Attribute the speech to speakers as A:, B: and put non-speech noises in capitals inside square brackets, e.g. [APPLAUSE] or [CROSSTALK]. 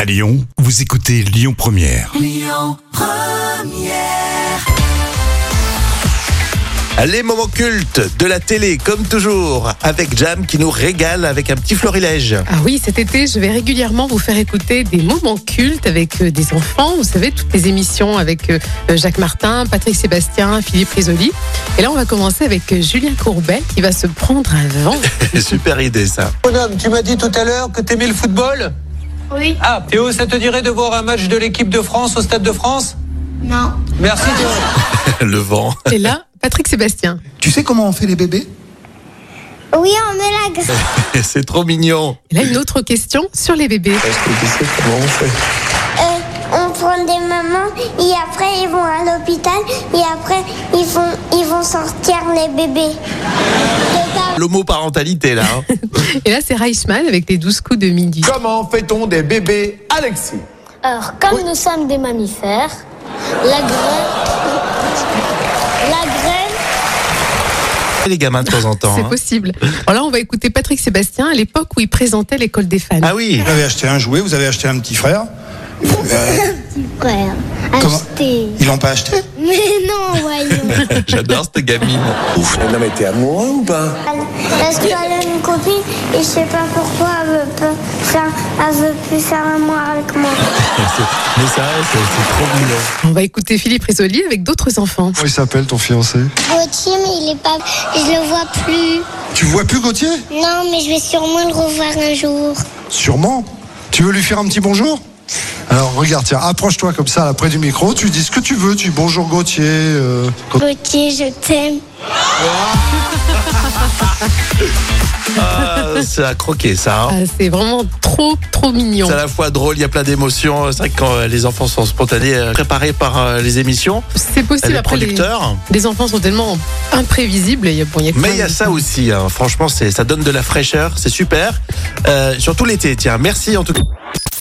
A: À Lyon, vous écoutez Lyon Première.
B: Les moments cultes de la télé, comme toujours, avec Jam qui nous régale avec un petit florilège.
C: Ah oui, cet été, je vais régulièrement vous faire écouter des moments cultes avec euh, des enfants. Vous savez, toutes les émissions avec euh, Jacques Martin, Patrick Sébastien, Philippe Risoli. Et là, on va commencer avec euh, Julien Courbet qui va se prendre un vent.
B: [LAUGHS] Super idée ça.
D: Bonhomme, tu m'as dit tout à l'heure que t'aimais le football
E: Oui,
D: Ah, Théo, ça te dirait de voir un match de l'équipe de France au Stade de France
E: non.
D: Merci Théo.
B: [LAUGHS] Le vent. [LAUGHS]
C: Et là, Patrick Sébastien.
F: Tu sais comment on fait les bébés
E: Oui, on met la graisse.
B: C'est trop mignon.
C: Et là, une autre question sur les bébés.
E: Euh, on prend des mamans et après ils vont à l'hôpital et après ils vont, ils vont sortir les bébés.
B: L'homoparentalité là. [LAUGHS] hein.
C: Et là, c'est Reichmann avec les 12 coups de midi.
G: Comment fait-on des bébés, Alexis
E: Alors, comme nous sommes des mammifères, la graine. [LAUGHS] La graine.
B: Et Les gamins de temps en temps.
C: C'est
B: hein.
C: possible. Alors là, on va écouter Patrick Sébastien à l'époque où il présentait l'école des femmes.
B: Ah oui, [LAUGHS]
F: Vous avez acheté un jouet, vous avez acheté un petit frère. Euh,
E: Frère,
F: Comment
E: acheter. [LAUGHS]
F: ils l'ont pas acheté
E: Mais
B: [LAUGHS]
E: non, voyons.
B: j'adore cette gamine.
G: Non mais t'es amoureux ou pas
E: Parce que j'avais une copine et je sais pas pourquoi elle veut, pas faire, elle veut plus faire l'amour avec moi.
B: Mais ça, c'est c'est trop mignon.
C: On va écouter Philippe Risoli avec d'autres enfants.
H: Comment il s'appelle ton fiancé
E: Gauthier, mais il est pas. Je le vois plus.
H: Tu vois plus Gauthier
E: Non, mais je vais sûrement le revoir un jour.
H: Sûrement. Tu veux lui faire un petit bonjour Alors regarde, tiens, approche-toi comme ça, là, près du micro, tu dis ce que tu veux, tu dis bonjour Gauthier. euh, quand-
E: Gauthier, je t'aime.
B: Ah, ça a croqué ça. hein.
C: Ah, c'est vraiment trop, trop mignon.
B: C'est à la fois drôle, il y a plein d'émotions. C'est vrai que quand euh, les enfants sont spontanés, euh, préparés par euh, les émissions,
C: C'est possible
B: les
C: après les,
B: producteurs.
C: les enfants sont tellement imprévisibles et il y a- bon, il y a
B: Mais
C: plein
B: il y a
C: de-
B: ça aussi, hein. franchement, c'est, ça donne de la fraîcheur, c'est super. Euh, surtout l'été, tiens, merci en tout cas.